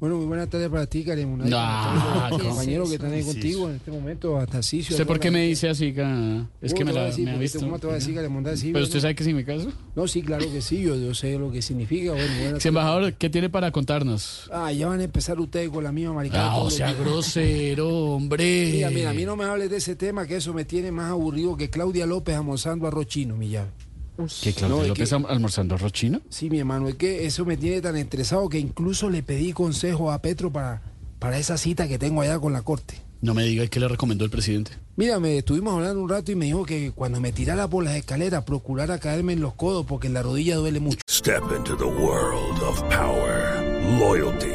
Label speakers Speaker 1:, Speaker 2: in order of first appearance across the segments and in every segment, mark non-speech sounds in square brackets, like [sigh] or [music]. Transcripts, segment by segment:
Speaker 1: Bueno, muy buenas tardes para ti, Karim. Una
Speaker 2: Ah, ¿cómo
Speaker 1: compañero
Speaker 2: es
Speaker 1: que
Speaker 2: eso?
Speaker 1: están ahí contigo en este momento, hasta Cicio.
Speaker 2: ¿Usted por qué me dice así? ca- Es que me, la, me ha visto.
Speaker 1: ¿Cómo te vas a decir que le mandás así?
Speaker 2: Pero usted
Speaker 1: bueno?
Speaker 2: sabe que sí me caso.
Speaker 1: No, sí, claro que sí, yo, yo sé lo que significa. Bueno, buenas
Speaker 2: Ex embajador, ¿qué tiene para contarnos?
Speaker 1: Ah, ya van a empezar ustedes con la misma maricada.
Speaker 2: Ah, o sea, Eh. grosero, hombre.
Speaker 1: Mira, mira, a mí no me hables de ese tema, que eso me tiene más aburrido que Claudia López amosando arroz chino, mi llave.
Speaker 2: ¿Qué, Claudia
Speaker 1: No, es
Speaker 2: López
Speaker 1: que-
Speaker 2: am- almorzando arroz chino?
Speaker 1: Sí, mi hermano, es que eso me tiene tan estresado que incluso le pedí consejo a Petro para, para esa cita que tengo allá con la corte.
Speaker 2: No me diga que le recomendó el
Speaker 1: [laughs]
Speaker 2: presidente. [laughs]
Speaker 1: Mira, me estuvimos hablando un rato y me dijo que cuando me tirara por las escaleras procurara caerme en los codos porque la rodilla duele mucho.
Speaker 3: Step into the world of power, loyalty,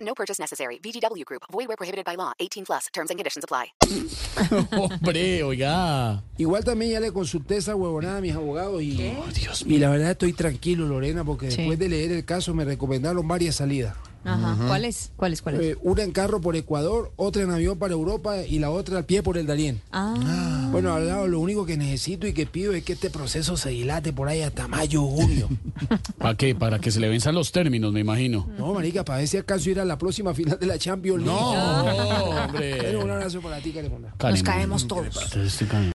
Speaker 4: No purchase necessary. VGW Group, void were prohibited by law. 18 plus terms and conditions apply.
Speaker 2: hombre, oiga.
Speaker 1: Igual también ya le consulté esa huevonada a mis abogados y,
Speaker 2: Oh, Dios mío.
Speaker 1: y la verdad estoy tranquilo, Lorena, porque después de leer el caso me recomendaron varias salidas.
Speaker 5: Ajá. ¿Cuáles? ¿Cuáles? ¿Cuáles?
Speaker 1: Eh, una en carro por Ecuador, otra en avión para Europa y la otra al pie por el Darién.
Speaker 5: ah,
Speaker 1: Bueno, al lado, lo único que necesito y que pido es que este proceso se dilate por ahí hasta mayo o junio.
Speaker 2: ¿Para qué? Para que se le venzan los términos, me imagino.
Speaker 1: No, marica, para ver si alcanzo a ir a la próxima final de la Champions League. Bueno, un
Speaker 2: hombre.
Speaker 1: abrazo para ti, Caremona.
Speaker 2: Nos caemos todos.